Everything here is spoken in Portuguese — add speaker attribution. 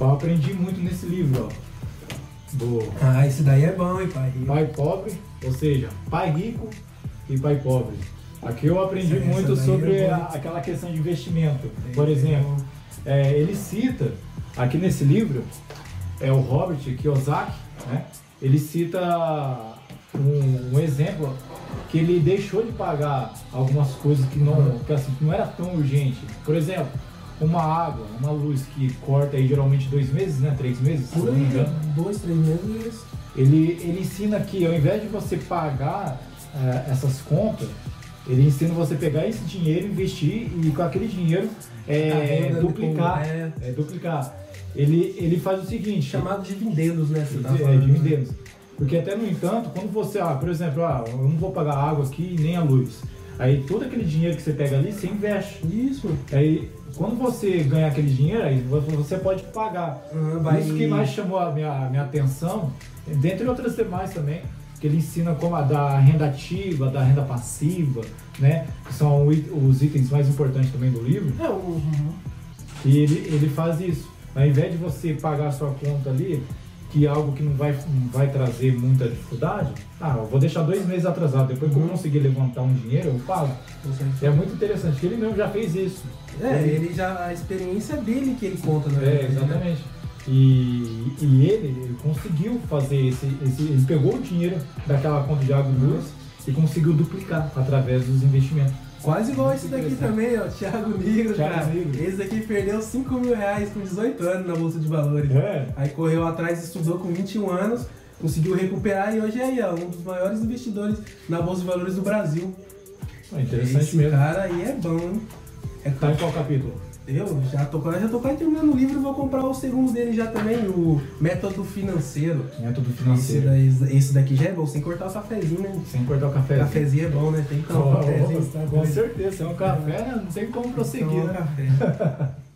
Speaker 1: Eu aprendi muito nesse livro, ó. Do
Speaker 2: Ah, esse daí é bom, hein, pai?
Speaker 1: um pai pobre, ou seja, pai rico e pai pobre. Aqui eu aprendi
Speaker 2: Essa- essa
Speaker 1: muito
Speaker 2: daí é
Speaker 1: sobre
Speaker 2: eu vou-
Speaker 1: a- aquela questão de investimento. Por exemplo, é, ele cita, aqui nesse livro, é o Robert Kiyosaki, né? ele cita um, um exemplo que ele deixou de pagar algumas coisas que não, que, assim, que não era tão urgente. Por exemplo, uma água, uma luz que corta aí geralmente dois meses, né? Três meses, se eu
Speaker 3: Por
Speaker 1: não me engano.
Speaker 3: aí, dois, três meses.
Speaker 1: Ele, ele ensina que ao invés de você pagar eh, essas contas, ele ensina você pegar esse dinheiro, investir e com aquele dinheiro eh,
Speaker 2: Tá vendo,
Speaker 1: duplicar.
Speaker 2: depois, né?
Speaker 1: eh, duplicar. Ele, ele faz o seguinte,
Speaker 2: Chamado de vindelos, né? Você
Speaker 1: de-
Speaker 2: tá
Speaker 1: eh,
Speaker 2: falando.
Speaker 1: dividendos. Porque até no entanto, quando você, ah, por exemplo, ah, eu não vou pagar a água aqui e nem a luz. Aí todo aquele dinheiro que você pega ali, você investe.
Speaker 3: Isso.
Speaker 1: Aí quando você ganhar aquele dinheiro, aí vo- você pode pagar.
Speaker 2: Ah, vai-
Speaker 1: Isso que mais chamou a minha, a minha atenção, dentre outras demais também, que ele ensina como a da renda ativa, da renda passiva, né? Que são o it- os itens mais importantes também do livro.
Speaker 3: É, o-
Speaker 1: Uhum. E ele, ele faz isso. Ao invés de você pagar a sua conta ali, que é algo que não vai, não vai trazer muita dificuldade, ah, eu vou deixar dois meses atrasado, depois que eu conseguir levantar um dinheiro, eu pago.
Speaker 2: Consegue.
Speaker 1: É muito interessante, que ele mesmo já fez isso.
Speaker 2: É, ele já. A experiência dele que ele conta, né?
Speaker 1: É, exatamente. E, e ele, ele conseguiu fazer esse, esse. Ele pegou o dinheiro daquela conta de água e luz e conseguiu duplicar através dos investimentos.
Speaker 2: Quase igual esse daqui também, ó. Thiago Negro,
Speaker 1: Thiago
Speaker 2: cara.
Speaker 1: Negro.
Speaker 2: Esse daqui perdeu 5 mil reais com 18 anos na Bolsa de Valores.
Speaker 1: É.
Speaker 2: Aí correu atrás, estudou com 21 anos, conseguiu recuperar e hoje é aí, ó, um dos maiores investidores na Bolsa de Valores do Brasil.
Speaker 1: É interessante
Speaker 2: Esse
Speaker 1: mesmo.
Speaker 2: cara aí é bom, hein? É
Speaker 1: Tá em qual capítulo?
Speaker 2: Eu já tô, quase- já tô quase terminando o livro e vou comprar o segundo dele já também, o Método Financeiro.
Speaker 1: Método
Speaker 2: Esse,
Speaker 1: financeiro.
Speaker 2: daí, esse daqui já é bom, sem cortar o cafezinho, né?
Speaker 1: Sem cortar o café.
Speaker 2: Cafezinho é bom, né? Tem que
Speaker 1: tá Com,
Speaker 2: tomar um cafezinho.
Speaker 1: com certeza, é um café, né? não tem como prosseguir,
Speaker 2: Tomar um
Speaker 1: né?
Speaker 2: café.